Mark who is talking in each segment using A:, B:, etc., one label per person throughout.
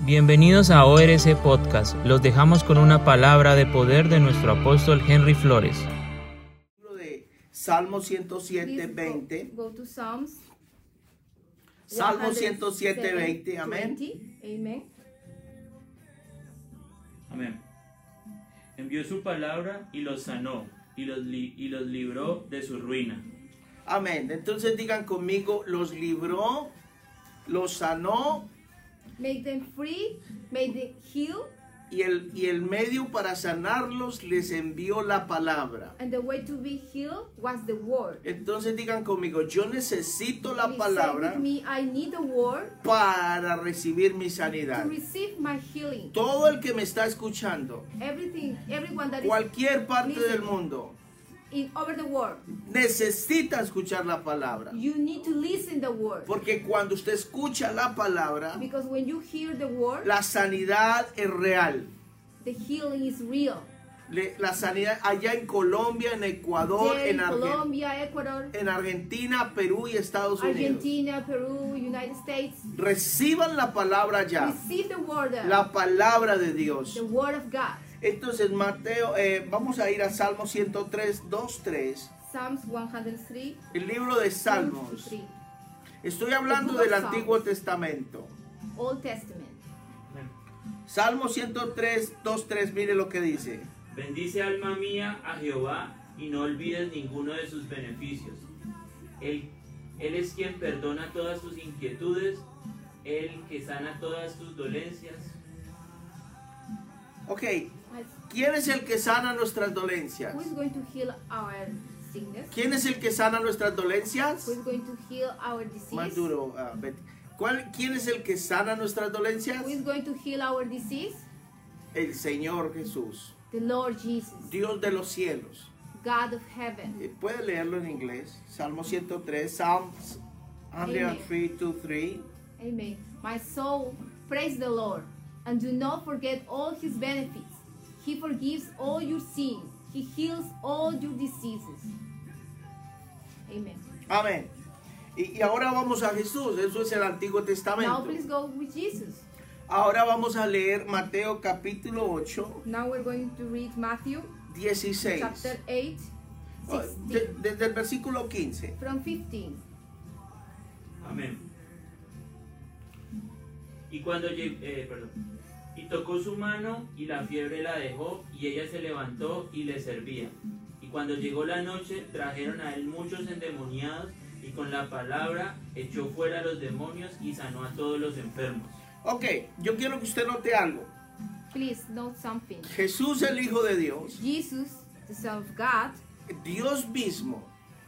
A: Bienvenidos a ORC Podcast. Los dejamos con una palabra de poder de nuestro apóstol Henry Flores.
B: de Salmo 107,
C: Please go-
B: 20.
C: Go to Psalms.
B: Salmo 107,
C: 107:20.
B: 20. Amén.
C: Amen.
D: Amén. Envió su palabra y los sanó y los, li- y los libró de su ruina.
B: Amén. Entonces digan conmigo, los libró, los sanó
C: Make them free, make them heal,
B: y el, y el medio para sanarlos les envió la palabra.
C: and the way to be healed was the word.
B: Entonces digan conmigo, yo necesito la
C: Please say with
B: palabra
C: me, I need the word
B: para recibir mi
C: to
B: sanidad.
C: receive my healing.
B: Todo el que me está escuchando,
C: Everything, everyone that is
B: cualquier parte
C: listening
B: del mundo,
C: in over the world,
B: necesita escuchar la palabra.
C: you need to listen the word
B: Porque cuando usted escucha la palabra,
C: because when you hear the word,
B: La sanidad es real.
C: the healing is real.
B: Le- la sanidad allá en Colombia, en Ecuador,
C: There
B: en,
C: in
B: Argen-
C: Colombia, Ecuador,
B: en Argentina, Perú y Estados Unidos.
C: Argentina, Peru, United States,
B: Reciban la palabra ya.
C: receive the word.
B: La palabra de Dios.
C: the word of God.
B: Entonces, Mateo, eh, vamos a ir a Salmo 103, 2, 3.
C: Psalms 103.
B: El libro de Salmos.
C: 103,
B: Estoy hablando del Antiguo Testamento.
C: Old Testament.
B: Salmo 103, 2, 3. Mire lo que dice.
D: Bendice alma mía a Jehová y no olvides ninguno de sus beneficios. Él, él es quien perdona todas tus inquietudes, Él que sana todas tus dolencias.
B: Ok. ¿Quién es el que sana nuestras dolencias?
C: Who is going to heal our sickness?
B: ¿Quién es el que sana nuestras dolencias?
C: Who is going to heal our disease?
B: Más duro, ah, Betty. ¿Cuál, ¿Quién es el que sana nuestras dolencias?
C: Who is going to heal our disease?
B: El Señor Jesús,
C: The Lord Jesus,
B: Dios de los cielos.
C: God of heaven.
B: Eh, Puede leerlo en inglés. Salmo 103, Psalms 103, 2, 3.
C: Amen. My soul, praise the Lord, and do not forget all his benefits. He forgives all your sin. He heals all your diseases. Amen.
B: Amén. Y, y ahora vamos a Jesús, eso es el Antiguo
C: Now
B: Testamento.
C: please go with Jesus.
B: Ahora vamos a leer Mateo capítulo 8,
C: Now we're going to read Matthew
B: 16.
C: chapter 8,
B: Ah,
C: 16,
B: de- desde el versículo 15.
C: from 15.
D: Amén. Y cuando lle- eh, perdón. y tocó su mano y la fiebre la dejó y ella se levantó y le servía. Y cuando llegó la noche trajeron a él muchos endemoniados y con la palabra echó fuera a los demonios y sanó a todos los enfermos.
B: Ok, yo quiero que usted note algo.
C: Please note something.
B: Jesús el Hijo de Dios,
C: Jesus, the Son of God,
B: Dios mismo,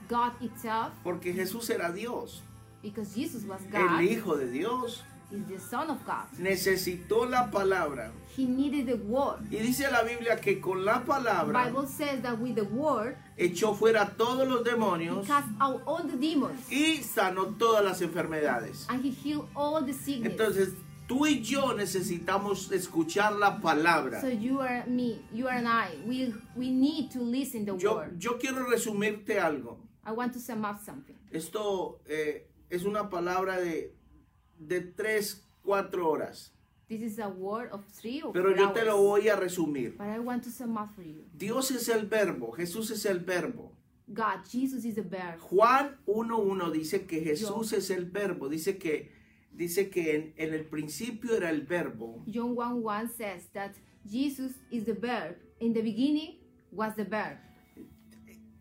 C: God itself,
B: porque Jesús era Dios,
C: because Jesus was
B: el
C: God,
B: Hijo de Dios,
C: is the Son of God.
B: necesitó la palabra.
C: He needed the word.
B: Y dice la Biblia que con la palabra
C: Bible says that with the word
B: echó fuera a todos los
C: he
B: demonios
C: cast out all the demons
B: y sanó todas las enfermedades.
C: and he healed all the sickness.
B: Entonces, tú y yo necesitamos escuchar la palabra.
C: So you are me, you are and I. We we need to listen the
B: Yo,
C: word.
B: yo quiero resumirte algo.
C: I want to sum up something.
B: Esto eh, es una palabra de, de tres, cuatro horas.
C: This is a word of three or
B: Pero
C: four
B: yo te lo
C: hours.
B: voy a resumir.
C: But I want to sum up for you.
B: Dios es el verbo, Jesús es el verbo.
C: God, Jesus is the bear.
B: Juan 1.1 dice que Jesús es el verbo, dice que, dice que en, en el principio era el verbo
C: John 1 1 says that Jesus is the verb. In the beginning was the verb.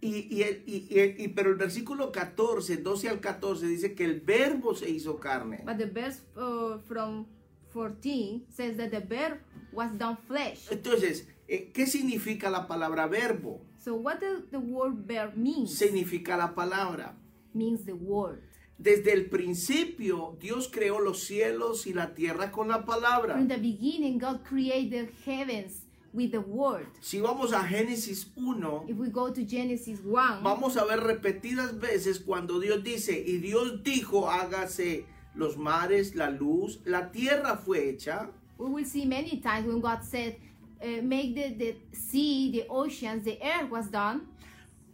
B: y, y el- y- y el- y- pero el versículo 14, 12 al 14 dice que el verbo se hizo carne.
C: But the verse uh, from 14 says that the verb was done flesh.
B: Entonces, eh, ¿qué significa la palabra verbo?
C: So what does the word verb means?
B: Significa la palabra.
C: Means the word.
B: Desde el principio Dios creó los cielos y la tierra con la palabra.
C: From the beginning, God created the heavens with the word.
B: Si vamos a Génesis 1,
C: If we go to Genesis 1,
B: Vamos a ver repetidas veces cuando Dios dice, y Dios dijo, hágase los mares, la luz, la tierra fue hecha.
C: we will see many times when God said, uh, make the, the sea, the oceans, the air was done.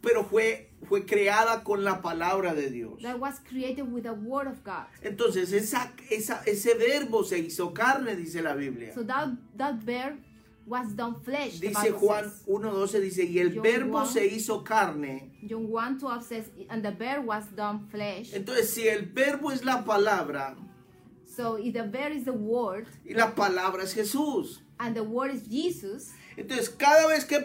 B: pero fue, fue creada con la palabra de Dios.
C: that was created with the Word of God.
B: Entonces esa, esa- ese verbo se hizo carne, dice la Biblia.
C: So that that verb was done flesh. the
B: Dice
C: Bible
B: Juan
C: says.
B: 1.12, dice, y el
C: Yo,
B: verbo
C: Juan.
B: se hizo carne.
C: John 1 12 says, and the verb was done flesh.
B: Entonces si el verbo es la palabra,
C: So if the verb is the word,
B: y la palabra es Jesús.
C: and the word is Jesus.
B: Entonces cada vez que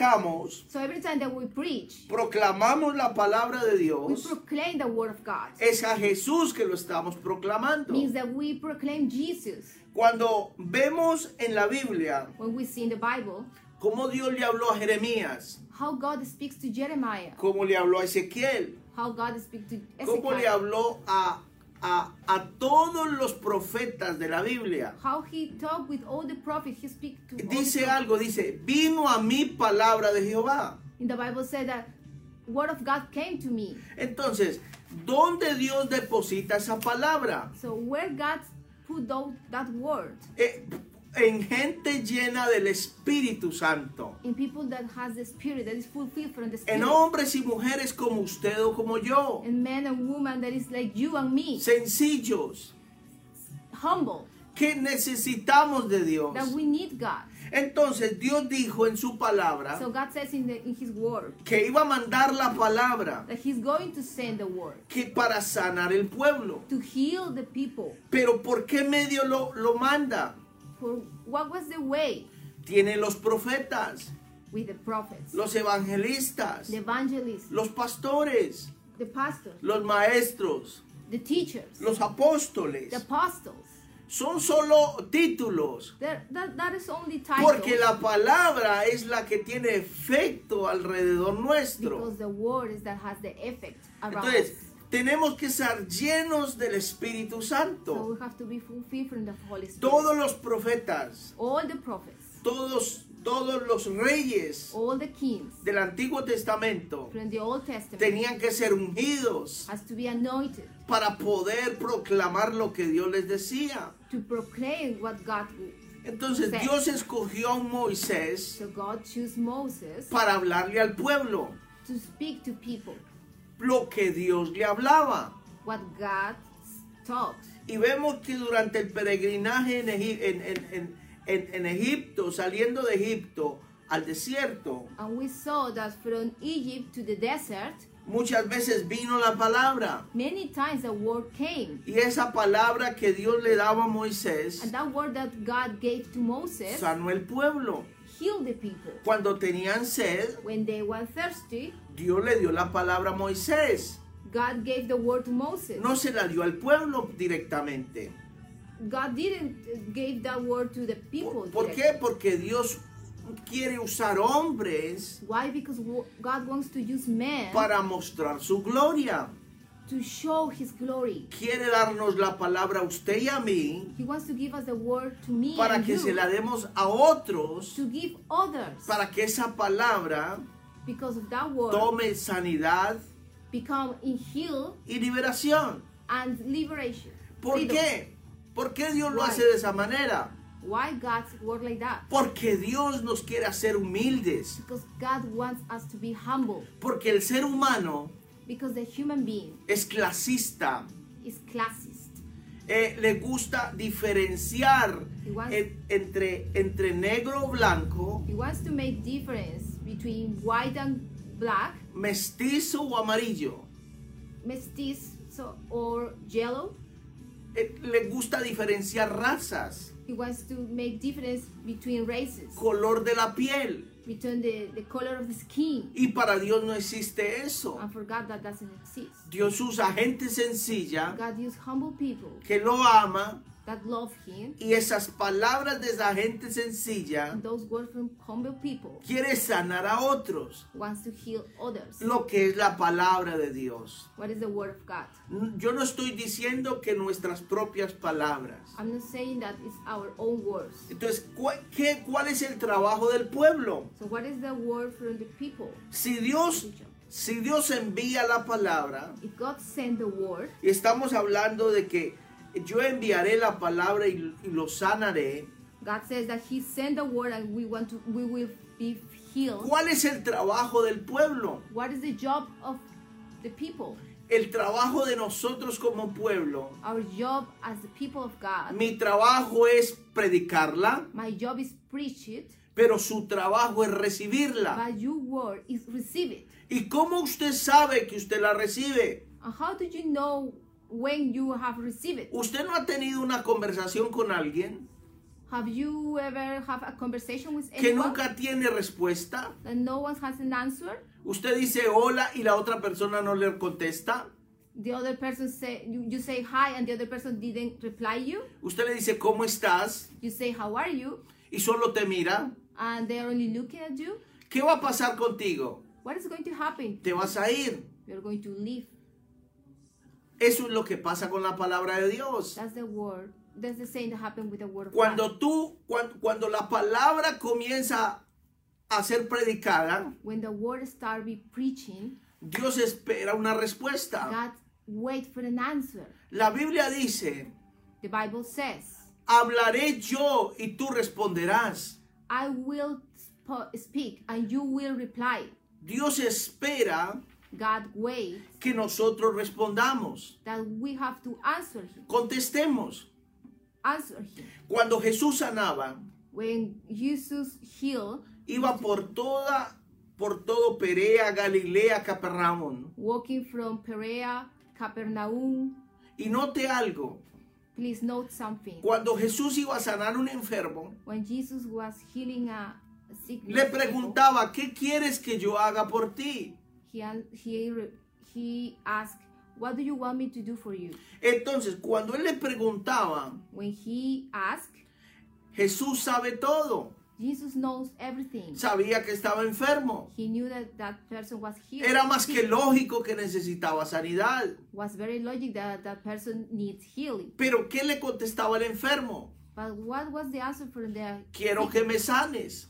B: predicamos,
C: So every time that we preach,
B: proclamamos la palabra de
C: we
B: Dios,
C: proclaim the word of God.
B: es a Jesús que lo estamos proclamando.
C: Means that we proclaim Jesus.
B: Cuando vemos en la Biblia
C: When we see in the Bible
B: cómo Dios le habló a Jeremías,
C: how God speaks to Jeremiah,
B: cómo le habló a Ezequiel,
C: how God speaks to
B: cómo le
C: Ezekiel,
B: habló a, a, a todos los profetas de la Biblia.
C: how he talked with all the prophets, he speaks to all the
B: Dice
C: prophets.
B: algo, dice, vino a mí palabra de Jehová.
C: In the Bible said that word of God came to me.
B: Entonces, ¿dónde Dios deposita esa palabra?
C: So where God put out that word
B: Eh, en gente llena del Espíritu Santo.
C: in people that has the spirit that is fulfilled from the spirit
B: En hombres y mujeres como usted o como yo.
C: and men and women that is like you and me,
B: Sencillos.
C: humble,
B: Que necesitamos de Dios.
C: that we need God.
B: Entonces Dios dijo en su palabra
C: So God says in the in His word
B: que iba a mandar la palabra
C: that He's going to send the word
B: que para sanar el pueblo.
C: to heal the people.
B: Pero ¿por qué medio lo, lo manda?
C: For what was the way
B: Tiene los profetas,
C: with the prophets,
B: los evangelistas,
C: the evangelists,
B: los pastores,
C: the pastors,
B: los maestros,
C: the teachers,
B: los apóstoles.
C: the apostles?
B: Son solo títulos.
C: That, that, that is only title
B: Porque la palabra es la que tiene efecto alrededor nuestro.
C: because the word is that has the effect around us.
B: Entonces, tenemos que estar llenos del Espíritu
C: So we
B: Santo.
C: have to be fulfilled from the Holy Spirit.
B: Todos los profetas,
C: all the prophets,
B: todos, todos los reyes
C: all the kings
B: del Antiguo Testamento
C: from the Old Testament
B: tenían que ser ungidos
C: has to be anointed
B: para poder proclamar lo que Dios les decía.
C: to proclaim what God would.
B: Entonces, Dios escogió a un Moisés
C: So God chose Moses
B: para hablarle al pueblo
C: to speak to people
B: lo que Dios le hablaba.
C: what God taught.
B: Y vemos que durante el peregrinaje en, Egi- en- en- en- en- en Egipto, saliendo de Egipto al desierto,
C: And we saw that from Egypt to the desert,
B: muchas veces vino la palabra.
C: many times the word came.
B: Y esa palabra que Dios le daba a Moisés
C: And that word that God gave to Moses
B: sanó el pueblo.
C: healed the people.
B: Cuando tenían sed,
C: When they were thirsty,
B: Dios le dio la palabra a Moisés.
C: God gave the word to Moses.
B: No se la dio al pueblo directamente.
C: God didn't uh, give that word to the people.
B: ¿Por, por
C: directly.
B: qué? Porque Dios quiere usar hombres
C: Why? Because wo- God wants to use man
B: para mostrar su gloria.
C: to show His glory.
B: quiere darnos la palabra a usted y a mí
C: He wants to give us the word to me
B: para
C: and
B: que
C: you,
B: se la demos a otros,
C: to give others
B: para que esa palabra
C: because of that word
B: tome sanidad
C: become in heal
B: y liberación.
C: and liberation.
B: ¿Por
C: Freedom.
B: qué? ¿Por qué Dios lo
C: Why?
B: hace de esa manera?
C: Why God's word like that?
B: Porque Dios nos quiere hacer humildes,
C: Because God wants us to be humble.
B: porque el ser humano
C: Because the human being
B: es clasista,
C: is classist.
B: eh, le gusta diferenciar
C: Igual.
B: en- entre, entre negro o blanco,
C: He wants to make difference between white and black,
B: mestizo o amarillo.
C: mestizo or yellow.
B: Eh, le gusta diferenciar razas,
C: He wants to make difference between races,
B: color de la piel.
C: between the, the color of the skin.
B: Y para Dios no existe eso.
C: And for God, that doesn't exist.
B: Dios usa gente sencilla
C: God used humble people
B: que lo ama
C: that love Him,
B: y esas palabras de esa gente sencilla
C: and those words from humble people
B: quiere sanar a otros.
C: wants to heal others.
B: Lo que es la palabra de Dios.
C: What is the word of God?
B: N- Yo no estoy diciendo que nuestras propias palabras.
C: I'm not saying that it's our own words.
B: Entonces, ¿cu- qué- ¿cuál es el trabajo del pueblo?
C: So what is the word from the people?
B: Si Dios, si Dios envía la palabra,
C: If God sent the word,
B: Y estamos hablando de que yo enviaré la palabra y, y lo sanaré.
C: God says that He sent the word and we want to we will be healed.
B: ¿Cuál es el trabajo del pueblo?
C: What is the job of the people?
B: El trabajo de nosotros como pueblo.
C: Our job as the people of God.
B: Mi trabajo es predicarla,
C: My job is preach it,
B: pero su trabajo es recibirla.
C: but your word is receive it.
B: ¿Y cómo usted sabe que usted la recibe?
C: And how do you know when you have received it?
B: ¿Usted no ha tenido una conversación con alguien
C: Have you ever have a conversation with
B: que
C: anyone
B: nunca tiene respuesta?
C: that no one has an answer?
B: Usted dice hola y la otra persona no le contesta.
C: The other person say you, you say hi and the other person didn't reply you.
B: Usted le dice ¿cómo estás?
C: You say how are you
B: Y solo te mira.
C: and they're only looking at you.
B: ¿Qué va a pasar contigo?
C: What is going to happen?
B: Te vas a ir.
C: You're going to leave.
B: Eso es lo que pasa con la palabra de Dios.
C: That's the word. That's the saying that happened with the word of God.
B: Cuando tú, cuan- cuando la palabra comienza a ser predicada,
C: When the word start be preaching,
B: Dios espera una respuesta.
C: God wait for an answer.
B: La Biblia dice,
C: The Bible says,
B: hablaré yo y tú responderás.
C: I will sp- speak and you will reply.
B: Dios espera
C: God waits
B: que nosotros respondamos,
C: that we have to answer him.
B: contestemos.
C: Answer him.
B: Cuando Jesús sanaba,
C: When Jesus healed,
B: iba por toda, por todo Perea, Galilea, Capernaum.
C: walking from Perea, Capernaum,
B: Y note algo,
C: please note something.
B: cuando Jesús iba a sanar a un enfermo,
C: When Jesus was healing a sickness,
B: le preguntaba, ¿qué quieres que yo haga por ti?
C: he, an- he, re- he asked, What do you want me to do for you?
B: Entonces, cuando él le preguntaba,
C: When he asked,
B: Jesús sabe todo,
C: Jesus knows everything.
B: sabía que estaba enfermo.
C: He knew that that person was healed.
B: Era más que lógico que necesitaba sanidad.
C: was very logic that that person needs healing.
B: Pero ¿qué le contestaba al enfermo?
C: But what was the answer for the
B: Quiero que me sanes.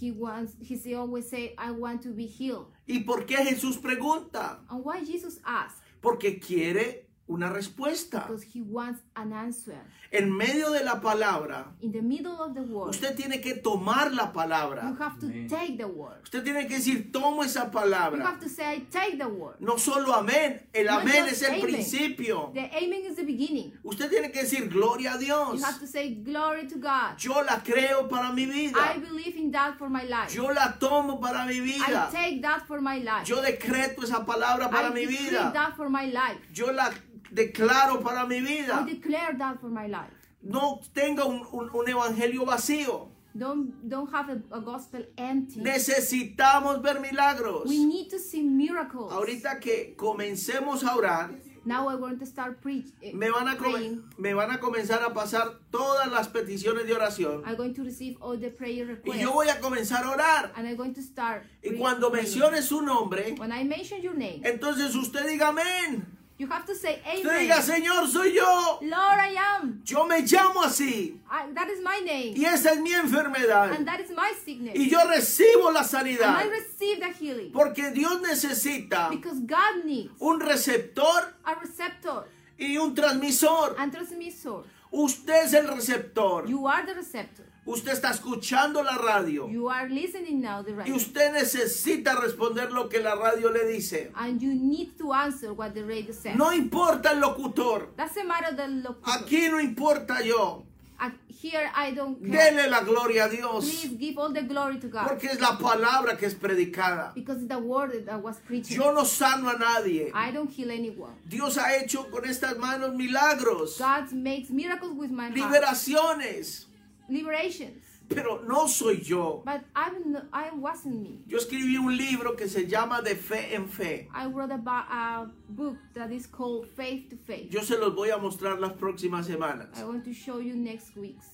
C: he wants he say- always say I want to be healed.
B: ¿Y por qué Jesús pregunta?
C: And why Jesus asked?
B: Porque quiere una respuesta.
C: Because he wants an answer.
B: En medio de la palabra,
C: In the middle of the word,
B: usted tiene que tomar la
C: you
B: palabra.
C: have to
D: Amen.
C: take the word.
B: Usted tiene que decir, tomo esa
C: You
B: palabra.
C: have to say take the word.
B: No solo amén, el
C: No
B: amén
C: just
B: es el
C: amen.
B: principio.
C: The aiming is the beginning.
B: Usted tiene que decir gloria a Dios.
C: You have to say glory to God.
B: Yo la creo para mi
C: I
B: vida.
C: believe in that for my life.
B: Yo la tomo para mi
C: I
B: vida.
C: take that for my life.
B: Yo decreto esa palabra para
C: I
B: mi
C: decree
B: vida.
C: that for my life.
B: Yo la declaro para mi
C: I
B: vida.
C: declare that for my life.
B: No tenga un, un- un evangelio vacío.
C: Don't don't have a, a gospel empty.
B: Necesitamos ver milagros.
C: We need to see miracles.
B: Ahorita que comencemos a orar,
C: Now I want to start preach, eh,
B: me van a, come-
C: praying.
B: me van a comenzar a pasar todas las peticiones de oración.
C: I'm going to receive all the
B: Y
C: prayer requests.
B: yo voy a comenzar a orar.
C: And I'm going to start.
B: Y
C: pre-
B: cuando
C: praying.
B: mencione su nombre,
C: When I mention your name,
B: entonces usted diga amén.
C: you have to say
B: Usted
C: Amen.
B: diga, Señor, soy yo.
C: Lord, I am.
B: Yo me llamo así.
C: I, that is my name.
B: Y esa es mi enfermedad.
C: And that is my sickness.
B: Y yo recibo la
C: and
B: sanidad.
C: I receive the healing.
B: Porque Dios necesita
C: Because God needs
B: un receptor
C: a receptor
B: y un transmisor.
C: and transmissor.
B: Usted es el receptor.
C: You are the receptor.
B: Usted está escuchando la radio.
C: You are listening now the
B: Y
C: radio.
B: usted necesita responder lo que la radio le dice.
C: And you need to answer what the radio says.
B: No importa el locutor.
C: Doesn't matter the locutor.
B: Aquí no importa yo.
C: Uh, Here I don't care.
B: Dele la gloria a Dios.
C: Please give all the glory to God.
B: Porque es la palabra que es predicada.
C: Because it's the word that was preaching.
B: Yo no sano a nadie.
C: I don't heal anyone.
B: Dios ha hecho con estas manos milagros,
C: God makes miracles with my hands.
B: liberaciones.
C: Liberations.
B: Pero no soy yo.
C: But I'm no, I wasn't me.
B: Yo escribí un libro que se llama De Fe en Fe.
C: I wrote about a book that is called Faith to Faith.
B: Yo se los voy a mostrar las próximas semanas.
C: I want to show you next weeks,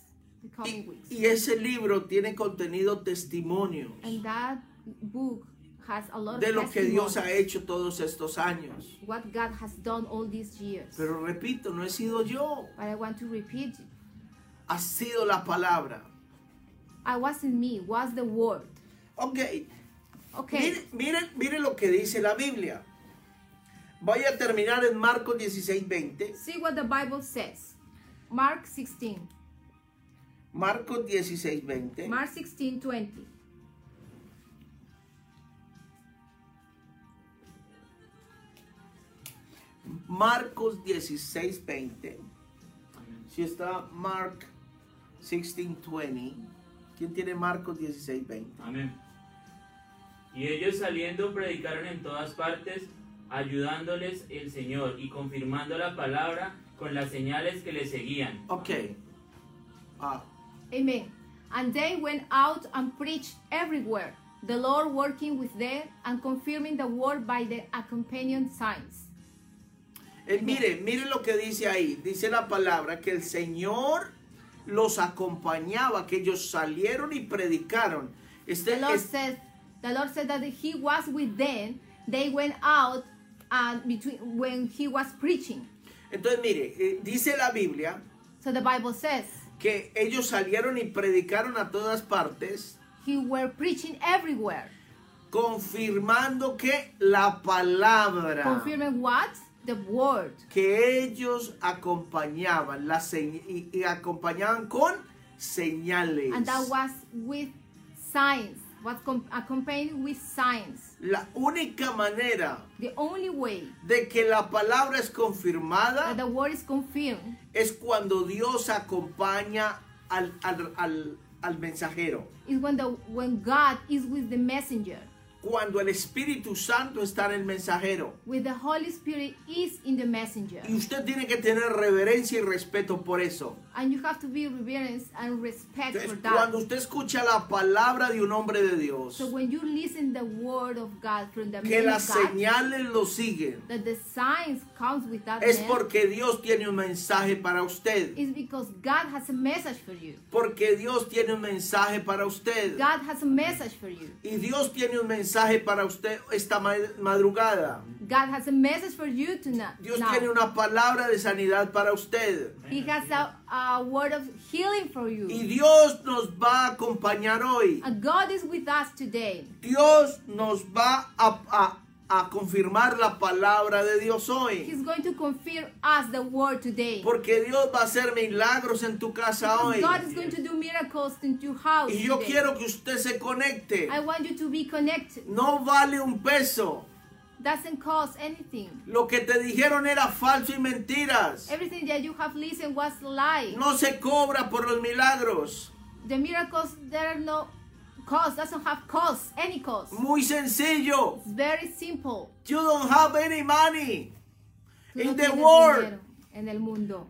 C: the coming
B: Y,
C: weeks.
B: y ese libro tiene contenido testimonio
C: And that book has a lot
B: de
C: of
B: lo que Dios ha
C: testimonies,
B: hecho todos estos años.
C: what God has done all these years.
B: Pero repito, no he sido yo.
C: But I want to repeat it.
B: Ha sido la palabra.
C: I wasn't me, was the word.
B: Ok.
C: Okay.
B: Miren, miren, miren lo que dice la Biblia. Voy a terminar en Marcos 16, 20.
C: See what the Bible says. Mark 16.
B: Marcos 16, 20.
C: Mark 16 20.
B: Marcos 16, 20.
D: Amén.
B: Si está Mark 16, 20. ¿Quién tiene Marcos 16, 20?
D: Amén. Y ellos saliendo predicaron en todas partes, ayudándoles el Señor y confirmando la palabra con las señales que le seguían.
B: Ok. Ah,
C: Amen. And they went out and preached everywhere, the Lord working with them and confirming the word by the accompanying signs.
B: Eh, mire, mire lo que dice ahí. Dice la palabra que el Señor los acompañaba, que ellos salieron y predicaron. Este,
C: The Lord
B: es-
C: says, the Lord said that He was with them. They went out and between when He was preaching.
B: entonces, mire, eh, dice la Biblia
C: So the Bible says
B: que ellos salieron y predicaron a todas partes,
C: He were preaching everywhere,
B: confirmando que la palabra
C: confirming what the word
B: que ellos acompañaban la se- y, y acompañaban con señales.
C: and that was with signs, was com- accompanied with signs.
B: La única manera
C: The only way
B: de que la palabra es confirmada
C: that the word is confirmed
B: es cuando Dios acompaña al, al- al- al mensajero,
C: is when the when God is with the messenger,
B: cuando el Espíritu Santo está en el mensajero.
C: with the Holy Spirit is in the messenger,
B: Y usted tiene que tener reverencia y respeto por eso.
C: and you have to be reverence and respect for
B: Entonces,
C: that.
B: cuando usted escucha la palabra de un hombre de Dios,
C: So when you listen the word of God from the
B: que
C: man
B: las
C: of God,
B: señales lo siguen,
C: that the signs comes with that
B: es
C: man,
B: porque Dios tiene un mensaje para usted.
C: is because God has a message for you.
B: Porque Dios tiene un mensaje para usted.
C: God has a message for you.
B: Y Dios tiene un mensaje para usted esta ma- madrugada.
C: God has a message for you tonight.
B: Dios
C: now.
B: tiene una palabra de sanidad para usted.
C: He has a, a word of healing for
B: Y
C: you.
B: Dios nos va a acompañar hoy.
C: And God is with us today.
B: Dios nos va a, a- a confirmar la palabra de Dios hoy.
C: He's going to confirm us the word today.
B: Porque Dios va a hacer milagros en tu casa hoy.
C: God is going to do miracles in your house.
B: Y yo
C: today.
B: quiero que usted se conecte.
C: I want you to be connected.
B: No vale un peso.
C: Doesn't cost anything.
B: Lo que te dijeron era falso y mentiras.
C: Everything that you have listened was lie.
B: No se cobra por los milagros.
C: The miracles there are no cost. Doesn't have cost. Any cost.
B: Muy sencillo.
C: It's very simple.
B: You don't have any money.
C: Tú
B: In
C: no
B: the
C: tienes
B: world.
C: dinero En el mundo.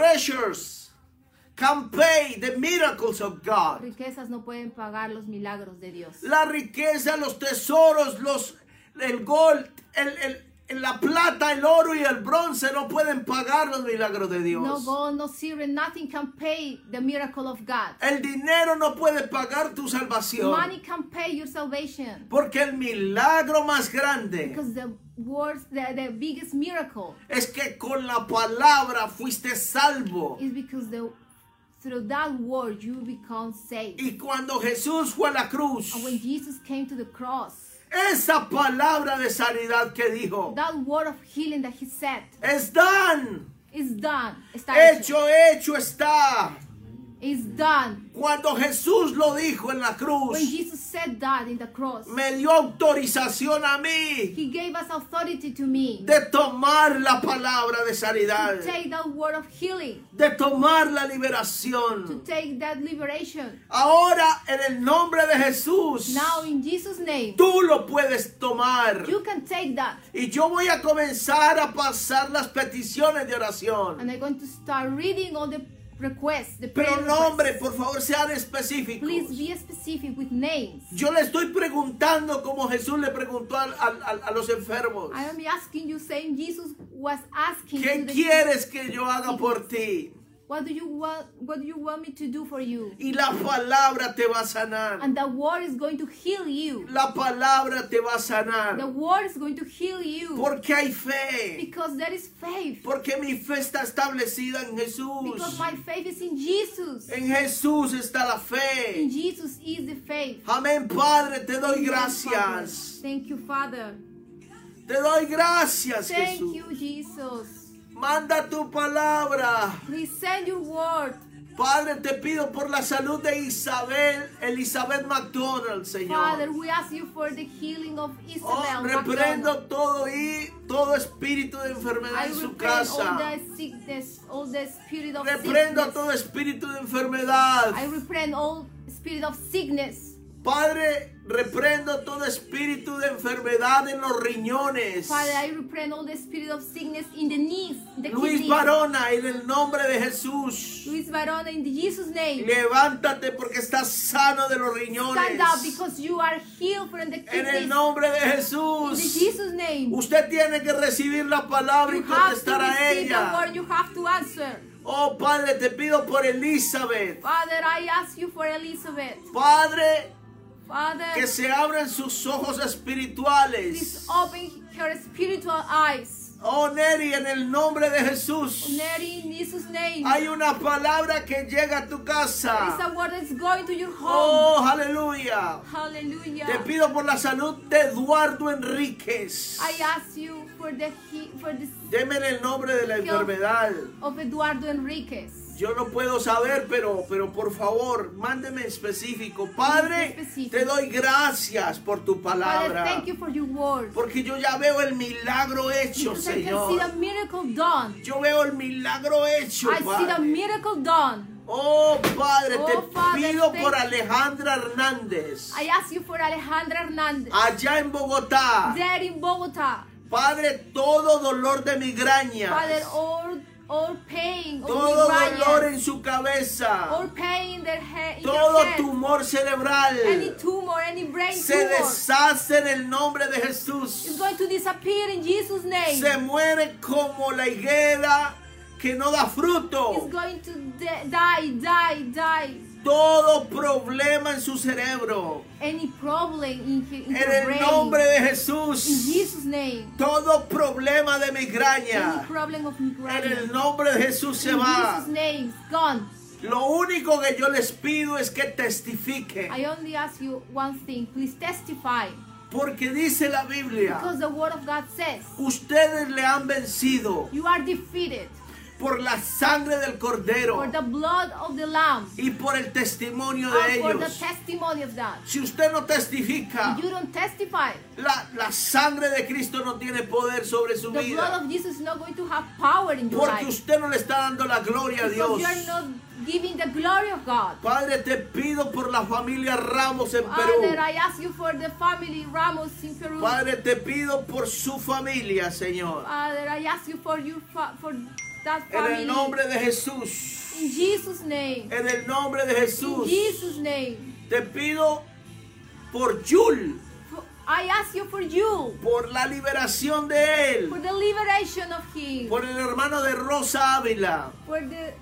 B: Treasures can pay the miracles of God.
C: Riquezas no pueden pagar los milagros de Dios.
B: La riqueza, los tesoros, los, el gold, el- el- el- la plata, el oro y el bronce no pueden pagar los milagros de
C: No
B: Dios.
C: gold, no silver, nothing can pay the miracle of God.
B: El dinero no puede pagar tu
C: Money
B: salvación.
C: can pay your salvation.
B: Porque el milagro más grande
C: Because the worst, the, the biggest miracle
B: es que con la palabra fuiste salvo.
C: is because the through that word you become saved.
B: Y cuando Jesús fue a la cruz,
C: And when Jesus came to the cross,
B: esa palabra de sanidad que dijo,
C: that word of healing that he said
B: es done.
C: is done. Está hecho.
B: Hecho, hecho está.
C: Is done.
B: Cuando Jesús lo dijo en la cruz,
C: When Jesus said that in the cross,
B: me dio autorización a mí
C: he gave us authority to me
B: de tomar la palabra de
C: to
B: sanidad,
C: take that word of healing,
B: de tomar la
C: to
B: liberación.
C: take that liberation.
B: Ahora, en el nombre de Jesús,
C: Now in Jesus' name,
B: tú lo puedes tomar.
C: you can take that.
B: Y yo voy a comenzar a pasar las peticiones de oración.
C: And I'm going to start reading all the requests, the prayer
B: Pero nombre,
C: requests.
B: por favor, sean específicos.
C: Please be specific with names.
B: Yo le estoy preguntando como Jesús le preguntó al- al- al- a los enfermos.
C: I am asking you, saying Jesus was asking
B: ¿Qué
C: to the
B: quieres que yo haga por ti?
C: What do you want? What do you want me to do for you?
B: Y la palabra te va a sanar.
C: And the word is going to heal you.
B: La palabra te va a
C: The
B: sanar.
C: word is going to heal you
B: Porque hay fe.
C: because there is faith.
B: Porque mi fe está establecida en Jesús.
C: Because my faith is in Jesus.
B: En Jesús está la
C: In
B: fe.
C: Jesus is the faith.
B: Amén, Padre, te doy
C: Father.
B: gracias.
C: Thank you, Father.
B: Te doy gracias,
C: Thank
B: Jesús.
C: you, Jesus.
B: Manda tu palabra.
C: Please send your word
B: Padre, te pido por la salud de Isabel, Elizabeth McDonald,
C: Father,
B: Señor.
C: we ask you for the healing of Isabel.
B: Oh,
C: McDonald.
B: reprendo todo y todo espíritu de enfermedad
C: I
B: en su
C: reprend all
B: casa.
C: the sickness, all the spirit of
B: Reprendo
C: sickness.
B: todo espíritu de enfermedad.
C: I reprend all spirit of sickness.
B: Padre, reprendo todo espíritu de enfermedad en los riñones.
C: Father, I reprend all the spirit of sickness in the knees, in the
B: Luis
C: kidneys.
B: Barona, en el nombre de Jesús.
C: Luis Barona, in Jesus' name.
B: Levántate porque estás sano de los
C: Stand up
B: riñones.
C: because you are healed from the
B: En el
C: kidneys.
B: nombre de
C: In the
B: Jesús.
C: Jesus' name.
B: Usted tiene que recibir la palabra y
C: You have to
B: contestar a
C: receive the
B: ella.
C: word. You have to answer.
B: Oh Padre, te pido por Elizabeth.
C: Father, I ask you for Elizabeth.
B: Padre, que
C: Father,
B: se abran sus ojos
C: please
B: espirituales.
C: open her spiritual eyes.
B: Oh Neri, en el nombre de Jesús.
C: Mary, in Jesus' name.
B: Hay una palabra que llega a tu
C: There is
B: casa.
C: a word that's going to your home.
B: Oh, aleluya. Te
C: Hallelujah.
B: pido por la salud de Eduardo Enríquez.
C: I ask you for the he- for the
B: Deme el nombre de la enfermedad.
C: of Eduardo Enriquez.
B: Yo no puedo saber, pero, pero por favor, mándeme específico. Padre,
C: Específico.
B: te doy gracias por tu
C: Father,
B: palabra.
C: thank you for your word.
B: Porque yo ya veo el milagro hecho,
C: Because I can see the
B: Señor.
C: miracle done.
B: Yo veo el milagro hecho,
C: I see the
B: Padre.
C: miracle done.
B: Oh, Padre,
C: Oh,
B: te
C: Father,
B: pido
C: thank
B: por
C: you.
B: Alejandra Hernández.
C: I ask you for Alejandra Hernandez.
B: Allá en Bogotá.
C: There in Bogota.
B: Padre, todo dolor de
C: Father,
B: migraña.
C: all, all pain, all
B: Todo dolor
C: migraine,
B: en su cabeza.
C: all pain in their head, in
B: Todo
C: their head,
B: tumor
C: any
B: cerebral.
C: tumor, any brain
B: Se
C: tumor
B: deshace en el nombre de
C: is
B: Jesús.
C: going to disappear in Jesus' name.
B: Se muere como la higuera que no da fruto.
C: It's going to di- die, die, die.
B: Todo problema en su cerebro.
C: Any problem in, he- in
B: En
C: your
B: el
C: brain,
B: nombre de
C: in
B: Jesús.
C: Jesus' name.
B: Todo problema de
C: Any
B: migraña.
C: problem of migraine,
B: En el nombre de Jesús se
C: in
B: va.
C: Jesus' name, it's gone.
B: Lo único que yo les pido es que testifiquen.
C: I only ask you one thing, please testify.
B: Porque dice la Biblia,
C: Because the word of God says,
B: ustedes le han vencido
C: you are defeated
B: por la sangre del cordero
C: for the blood of the Lamb.
B: y por el testimonio de
C: and for the
B: ellos.
C: testimony of that.
B: Si usted no
C: If
B: testifica,
C: you don't testify,
B: la, la sangre de Cristo no tiene poder sobre
C: the
B: su
C: blood
B: vida.
C: of Jesus is not going to have power in your
B: Porque
C: life.
B: usted no le está dando la gloria a
C: Because
B: Dios.
C: you are not giving the glory of God.
B: Padre, te pido por la familia Ramos en
C: Father,
B: Perú.
C: I ask you for the family Ramos in Peru.
B: Padre, te pido por su familia, Señor.
C: Father, I ask you for you fa- for that
B: En
C: family.
B: el nombre de Jesús.
C: In Jesus' name.
B: En el nombre de
C: In
B: Jesús.
C: Jesus' name.
B: Te pido por Yul,
C: For- I ask you for you,
B: por la liberación de
C: for
B: él,
C: the liberation of him,
B: por el hermano de Rosa Ávila.
C: for the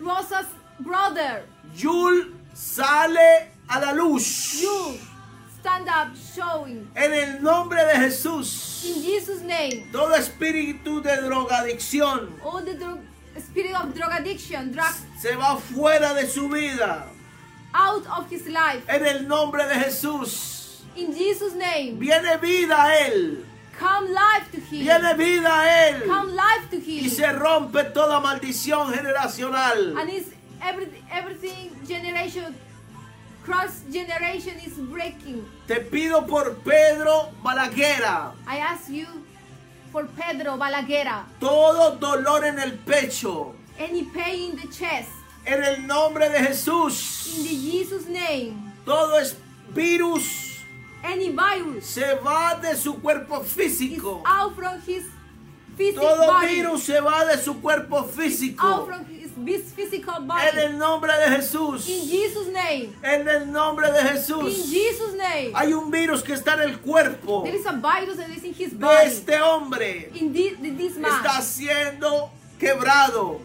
C: Rosa's brother.
B: Yul sale a la luz.
C: You stand up, showing.
B: En el nombre de Jesús.
C: In Jesus' name.
B: Todo espíritu de drogadicción
C: all the drug, spirit of drug addiction, drug
B: se va fuera de su vida.
C: out of his life.
B: En el nombre de Jesús.
C: In Jesus' name,
B: Viene vida a él.
C: come life to him.
B: Viene vida a él.
C: Come life to
B: Y se
C: him.
B: rompe toda maldición generacional.
C: And it's every, everything generation, cross generation is breaking.
B: Te pido por Pedro Balaguera.
C: I ask you for Pedro Balaguera,
B: Todo dolor en el pecho.
C: any pain in the chest,
B: En el nombre de
C: in
B: Jesús.
C: the Jesus name,
B: Todo es virus.
C: any virus
B: Se va de su cuerpo
C: is
B: físico.
C: out from his physical
B: Todo
C: body,
B: virus se va de su cuerpo
C: out
B: físico.
C: from his his physical
B: En
C: body.
B: el nombre de Jesús.
C: In Jesus' name.
B: En el nombre de
C: In
B: Jesús.
C: Jesus' name.
B: Hay un virus que está en el cuerpo
C: There is a virus that is in his
B: de
C: body.
B: este hombre.
C: In this, this man
B: Está siendo quebrado.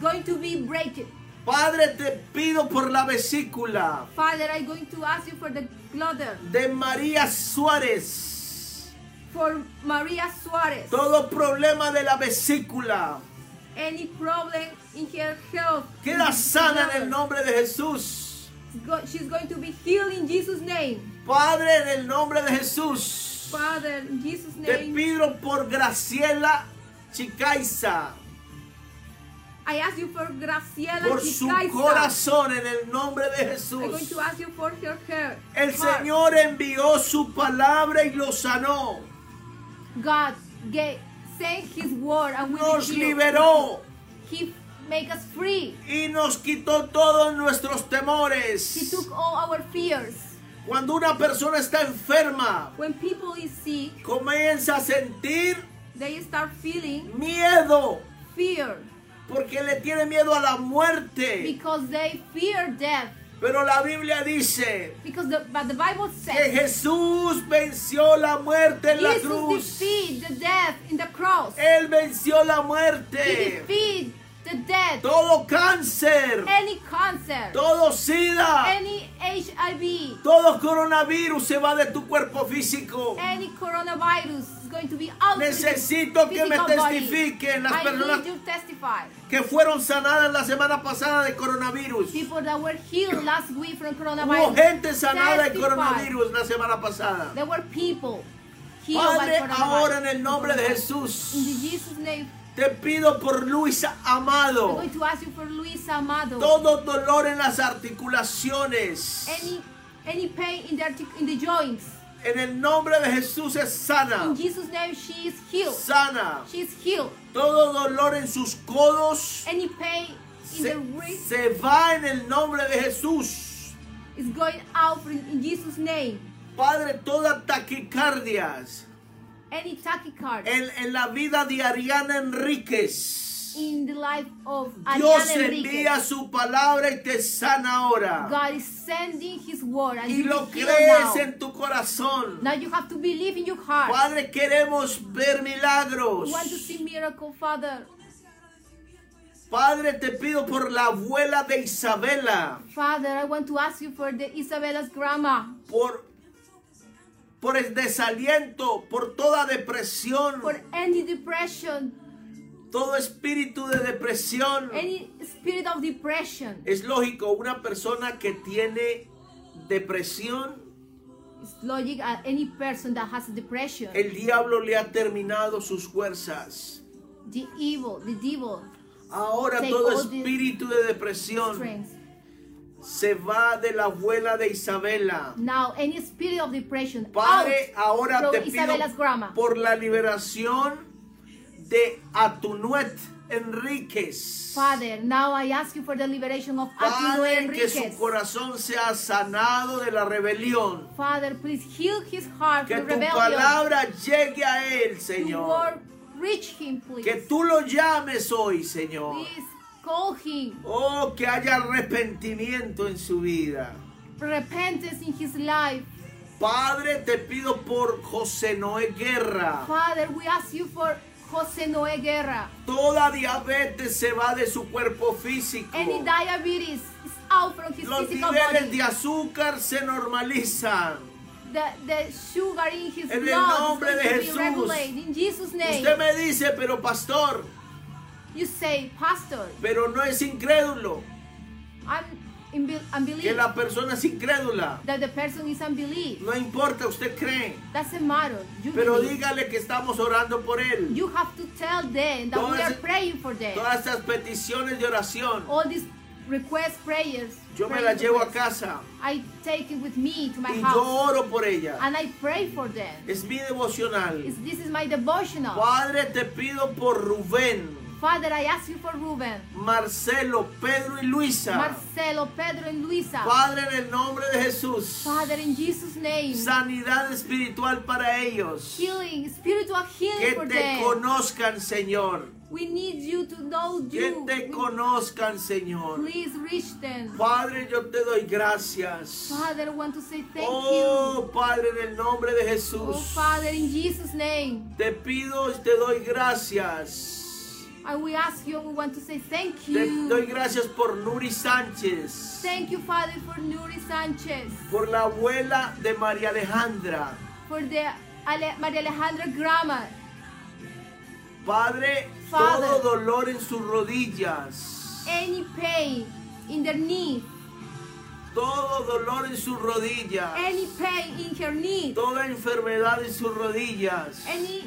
C: going to be breaking.
B: Padre, te pido por la vesícula.
C: Father, I'm going to ask you for the bladder,
B: de María Suárez.
C: for Maria Suarez.
B: Todo problema de la vesícula
C: Any problem in her health?
B: queda sana en el nombre de Jesús.
C: Go- She's going to be healed in Jesus' name.
B: Padre, en el nombre de Jesús.
C: Father, in Jesus'
B: Te
C: name.
B: pido por Graciela Chicaiza.
C: I ask you for Graciela
B: por su
C: Chicaiza.
B: corazón en el nombre de
C: I'm going to
B: Jesús.
C: ask you for her hair.
B: El
C: heart.
B: Señor envió su palabra y lo sanó.
C: God gave, sent His word and we
B: Nos
C: be healed.
B: liberó
C: He make us free.
B: y nos quitó todos nuestros
C: He
B: temores.
C: took all our fears.
B: Cuando una persona está enferma,
C: When people is sick,
B: comienza a sentir
C: they start feeling
B: miedo
C: fear
B: porque le tiene miedo a la muerte.
C: because they fear death.
B: Pero la Biblia dice
C: Because the, but the Bible
B: que
C: says
B: Jesús venció la muerte en la
C: Jesus
B: cruz.
C: defeat the death in the cross.
B: Él venció la
C: He
B: muerte.
C: defeat the death,
B: Todo cáncer,
C: any cancer,
B: todo sida,
C: any HIV,
B: todo coronavirus se va de tu cuerpo físico.
C: any coronavirus is going to be out. of your
B: Necesito que me
C: physical body.
B: testifiquen las
C: I
B: personas
C: need you to testify.
B: que fueron sanadas la semana pasada de coronavirus.
C: People that were healed last week from
B: Hubo
C: coronavirus.
B: gente sanada de
C: testify.
B: coronavirus la semana pasada.
C: There were people healed
B: Padre,
C: by coronavirus.
B: ahora en el nombre de
C: In
B: Jesús,
C: the Jesus name,
B: te pido por Luisa
C: I'm
B: Amado,
C: going to ask you for Luis Amado.
B: todo dolor en las articulaciones,
C: Any any pain in the artic- in the joints.
B: en el nombre de Jesús es sana,
C: In Jesus' name, she is healed.
B: sana.
C: She is healed.
B: Todo dolor en sus codos
C: Any pain in
B: se,
C: the wrist
B: se va en el nombre de Jesús.
C: is going out in in Jesus' name.
B: Padre, toda taquicardias
C: Any tachycardia
B: en, en la vida de Ariana Enríquez.
C: in the life of
B: Dios
C: Ariana
B: envía
C: Enriquez.
B: su palabra y te sana ahora.
C: God is sending His word and
B: Y
C: you
B: lo
C: will heal
B: crees
C: now.
B: en tu corazón.
C: Now you have to believe in your heart.
B: Padre, queremos ver milagros.
C: You want to see miracle, Father.
B: Padre, te pido por la abuela de Isabela,
C: Father, I want to ask you for the Isabella's grandma,
B: por, por el desaliento, por toda depresión,
C: for any depression,
B: todo espíritu de depresión.
C: any spirit of depression.
B: Es lógico, una persona que tiene depresión,
C: It's logic at any person that has depression.
B: el diablo le ha terminado sus fuerzas.
C: The evil, the devil,
B: Ahora
C: Take
B: todo
C: all the
B: espíritu de depresión
C: strength.
B: se va de la abuela de Isabela.
C: Now any spirit of depression.
B: Padre,
C: out
B: ahora
C: from
B: te pido
C: Isabella's grandma.
B: por la liberación de Atunuet Enríquez.
C: Father, now I ask you for the liberation of Atilo
B: Padre, que su
C: Enriquez.
B: corazón sea sanado de la rebelión.
C: Father, please heal his heart
B: Que
C: from
B: tu
C: rebellion.
B: palabra llegue a él,
C: Your
B: Señor.
C: word reach him, please.
B: Que tú lo llames hoy, Señor.
C: Please call him.
B: Oh, que haya arrepentimiento en su vida.
C: Repentance in his life.
B: Padre, te pido por José Noé Guerra.
C: Father, we ask you for Jose Noe Guerra.
B: Toda diabetes se va de su cuerpo físico.
C: Any diabetes is out from his
B: Los
C: physical
B: niveles
C: body.
B: de azúcar se normalizan.
C: The, the sugar in his
B: En el
C: blood
B: nombre
C: is
B: de
C: going to
B: Jesús.
C: be regulated. In Jesus' name,
B: Usted me dice, pero pastor,
C: you say, Pastor,
B: pero no es incrédulo.
C: I'm in
B: Que
C: unbelief.
B: la persona es incrédula.
C: That the person is unbelief.
B: No importa, usted cree.
C: Doesn't matter. You
B: Pero
C: believe.
B: dígale que estamos orando por él.
C: You have to tell them that we
B: Todas-
C: are praying for them.
B: Todas estas peticiones de oración,
C: All these requests, prayers.
B: yo me
C: prayer
B: las llevo a
C: requests,
B: casa
C: I take it with me to my
B: y yo
C: house
B: oro por ella.
C: and I pray for them.
B: Es mi devocional.
C: It's- this is my devotional.
B: Padre, te pido por Rubén,
C: Father, I ask you for Ruben,
B: Marcelo, Pedro y Luisa.
C: Marcelo, Pedro, and Luisa.
B: Padre, en el nombre de Jesús.
C: Father, in Jesus' name,
B: sanidad espiritual para ellos.
C: healing, spiritual healing
B: Que
C: for
B: te
C: them.
B: conozcan, Señor.
C: We need you to know
B: Que
C: you.
B: te
C: We-
B: conozcan, Señor.
C: Please reach them.
B: Padre, yo te doy gracias.
C: Father, I want to say thank you.
B: Oh, Padre, en el nombre de
C: Oh,
B: Jesús.
C: Father, in Jesus' name,
B: Te pido, y te doy gracias.
C: and we ask you and we want to say thank
B: Te
C: you.
B: doy gracias por Nuri Sánchez,
C: Thank you, Father, for Nuri Sanchez,
B: por la abuela de María Alejandra.
C: for the Ale- Maria Alejandra Grammar.
B: Padre,
C: Father.
B: todo dolor en sus rodillas.
C: Any pain in their knee,
B: Todo dolor en sus rodillas.
C: any pain in her knee,
B: toda enfermedad en sus rodillas.
C: any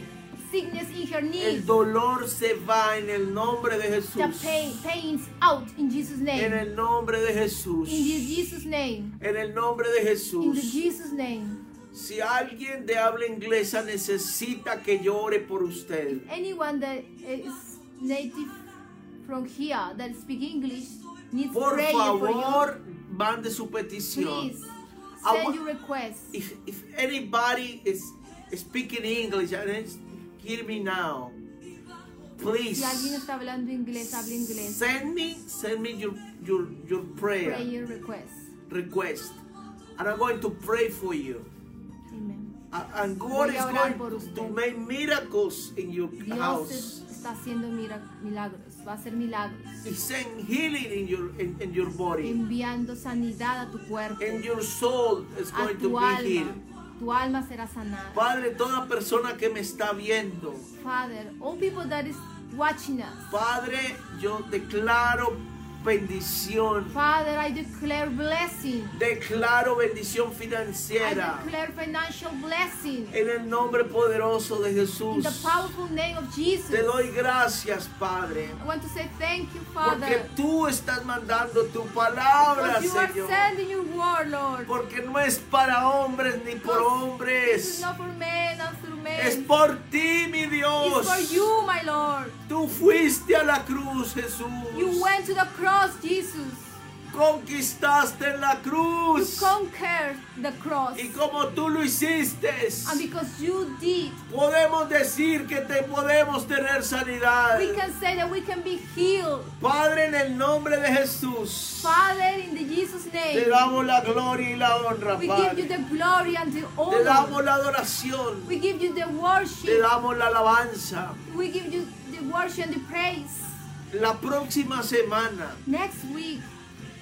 C: sickness in her
B: El
C: knees.
B: dolor se va en el nombre de Jesús.
C: The pain, pains out in Jesus'
B: En
C: name.
B: el nombre de
C: In
B: Jesús.
C: the Jesus' name.
B: En el nombre de
C: In the
B: Jesús.
C: Jesus' name.
B: Si alguien de habla inglesa necesita que yo ore por usted,
C: Anyone that is native from here that speak English needs
B: por
C: prayer for
B: favor, mande su
C: you.
B: petición.
C: Please
B: I
C: send
B: want-
C: your request.
B: If, if anybody is speaking English and it's- hear me now, please
C: Si alguien está hablando inglés, habla inglés.
B: send me send me your your your prayer
C: Prayer request.
B: request, and I'm going to pray for you.
C: Amen.
B: Uh, And God
C: Voy a
B: is
C: orar por
B: going
C: usted.
B: to make miracles in your
C: Dios
B: house.
C: es- está haciendo mira- milagros, va a hacer milagros,
B: He send healing in your in, in your body,
C: enviando sanidad a tu cuerpo,
B: and your soul is
C: a
B: going to
C: tu
B: be healed.
C: alma. Tu alma será sanada.
B: Padre, toda persona que me está viendo,
C: Father, all people that is watching us,
B: Padre, yo declaro bendición,
C: Father, I declare blessing.
B: declaro bendición
C: I
B: financiera
C: declare financial blessing
B: en el nombre poderoso de
C: in
B: Jesús.
C: the powerful name of
B: Te
C: Jesus.
B: doy gracias, Padre,
C: I want to say thank you,
B: porque
C: Father,
B: tú estás mandando tu palabra,
C: because you are
B: Señor.
C: sending your word, Lord.
B: Porque no es para hombres ni por
C: This is
B: hombres.
C: not for men, not for men.
B: Es por ti, mi Dios.
C: It's for you, my Lord.
B: Tú fuiste a la cruz, Jesús.
C: You went to the cross, Jesus.
B: Conquistaste en la
C: You
B: cruz.
C: conquered the cross.
B: Y como tú lo hiciste,
C: And because you did,
B: podemos decir que te podemos tener sanidad.
C: we can say that we can be healed.
B: Padre, en el nombre de Jesús,
C: Father, in the Jesus
B: te
C: name,
B: damos la gloria y la honra,
C: we give
B: Padre.
C: you the glory and the
B: Te damos
C: honor.
B: la adoración.
C: We give you the
B: Te
C: worship.
B: damos la alabanza.
C: We give you the worship and the praise.
B: La próxima semana,
C: Next week,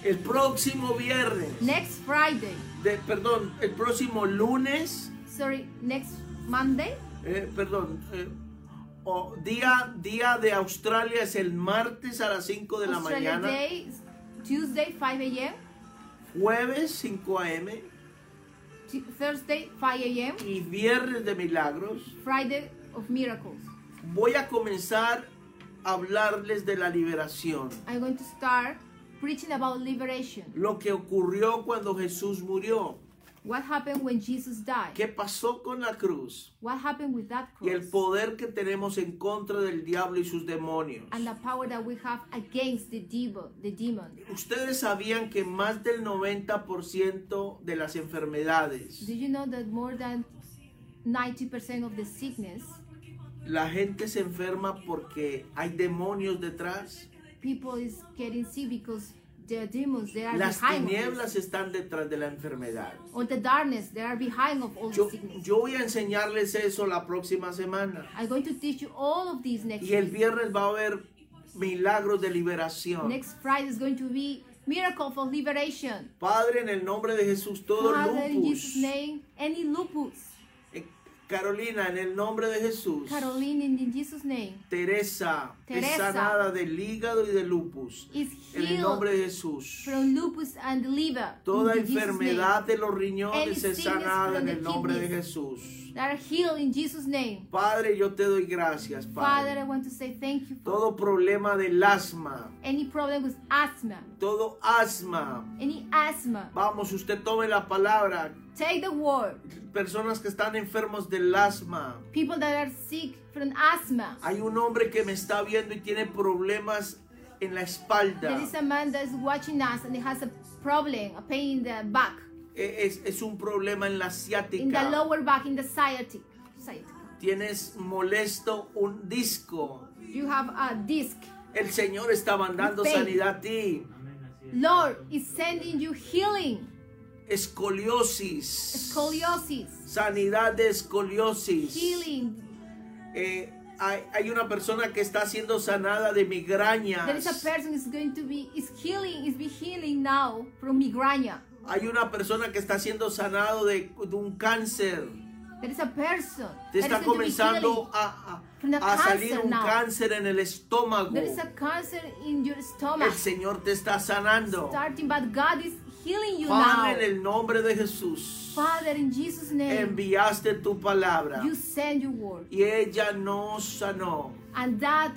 B: el próximo viernes,
C: next Friday,
B: de- perdón, el próximo lunes,
C: sorry, next Monday,
B: eh, perdón, eh, o día, día de Australia es el martes a las 5 de la
C: Australia
B: mañana.
C: Day, Tuesday 5 a.m.,
B: jueves 5 a.m.
C: Tu- Thursday 5 a.m.,
B: y viernes de milagros,
C: Friday of Miracles.
B: voy a comenzar a hablarles de la liberación.
C: I'm going to start preaching about liberation.
B: Lo que ocurrió cuando Jesús murió,
C: What happened when Jesus died?
B: qué pasó con la cruz
C: What happened with that
B: y el
C: cross?
B: poder que tenemos en contra del diablo y sus demonios.
C: And the power that we have against the devil, the demon.
B: Ustedes sabían que más del 90% de las enfermedades
C: Did you know that more than 90% of the sickness,
B: la gente se enferma porque hay demonios detrás.
C: people is getting sick because they are demons, they are
B: Las
C: behind of us.
B: tinieblas están detrás de la enfermedad.
C: All the darkness, they are behind of all
B: Yo,
C: the sickness.
B: yo voy a enseñarles eso la próxima semana.
C: I'm going to teach you all of these next
B: Y el
C: week.
B: viernes va a haber milagros de liberación.
C: Next Friday is going to be miracle for liberation.
B: Padre, en el nombre de Jesús, todo
C: Father, in
B: lupus.
C: Jesus' name, any lupus.
B: Eh, Carolina, en el nombre de Jesús.
C: Caroline, in, in Jesus' name,
B: Teresa, es
C: Teresa.
B: sanada del hígado y del lupus.
C: is
B: En el nombre
C: healed
B: de Jesús.
C: from lupus and liver.
B: Toda
C: in Jesus'
B: enfermedad de los
C: Any
B: riñones es
C: sickness
B: sanada
C: from
B: en
C: the
B: el nombre de
C: kidneys.
B: Jesús.
C: name, that are healed in Jesus' name.
B: Padre, yo te doy gracias,
C: Father, I
B: Padre.
C: want to say thank you for
B: Todo problema del asma,
C: any problem with asthma,
B: todo asma.
C: any asthma.
B: Vamos, usted tome la palabra.
C: Take the word.
B: Personas que están enfermos del asma.
C: People that are sick from asthma.
B: Hay un hombre que me está viendo y tiene problemas en la espalda.
C: There is a man that is watching us and he has a problem, a pain in the back,
B: E- Es, es un problema en la
C: in the
B: ciática.
C: lower back, in the sciatic. sciatic.
B: Tienes molesto un disco.
C: You have a disc.
B: El Señor está mandando
C: Faith.
B: sanidad a ti.
D: Amén, así es.
C: Lord is sending you healing,
B: Escoliosis.
C: scoliosis,
B: Sanidad de escoliosis.
C: healing.
B: Eh, hay, hay una persona que está siendo sanada de
C: There is
B: migrañas.
C: a person is going to be is healing, is be healing now from migraña.
B: Hay una persona que está siendo sanado de, de un cáncer.
C: There is a person
B: Te
C: that
B: está
C: is going to be healing.
B: comenzando a,
C: From the
B: a- a salir
C: cancer
B: un
C: now.
B: cáncer en el estómago.
C: There is a cancer in your stomach
B: El Señor te está sanando.
C: starting, but God is healing you
B: Padre, en el
C: now.
B: nombre de Jesús,
C: Father, in Jesus' name,
B: enviaste tu palabra
C: you send your word.
B: y ella nos sanó.
C: And that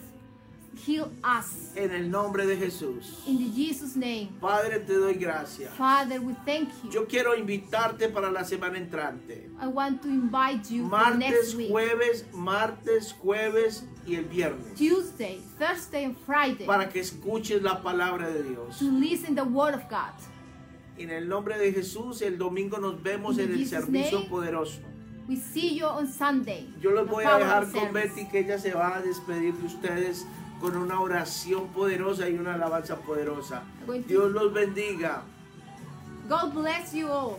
C: heal us.
B: En el nombre de Jesús.
C: In the Jesus' name.
B: Padre, te doy gracias.
C: Father, we thank you.
B: Yo quiero invitarte para la semana entrante.
C: I want to invite you for
B: Martes,
C: next week.
B: jueves, martes, jueves y el viernes.
C: Tuesday, Thursday, and Friday
B: Para que escuches la palabra de Dios.
C: to listen the word of God.
B: En el nombre de Jesús, el domingo nos vemos
C: In
B: en el
C: Jesus'
B: servicio
C: name.
B: poderoso.
C: We see you on Sunday.
B: Yo los
C: the
B: voy a
C: power
B: dejar
C: service.
B: con Betty, que ella se va a despedir de ustedes con una oración poderosa y una alabanza poderosa.
C: Voy.
B: Dios los bendiga.
C: God bless you all.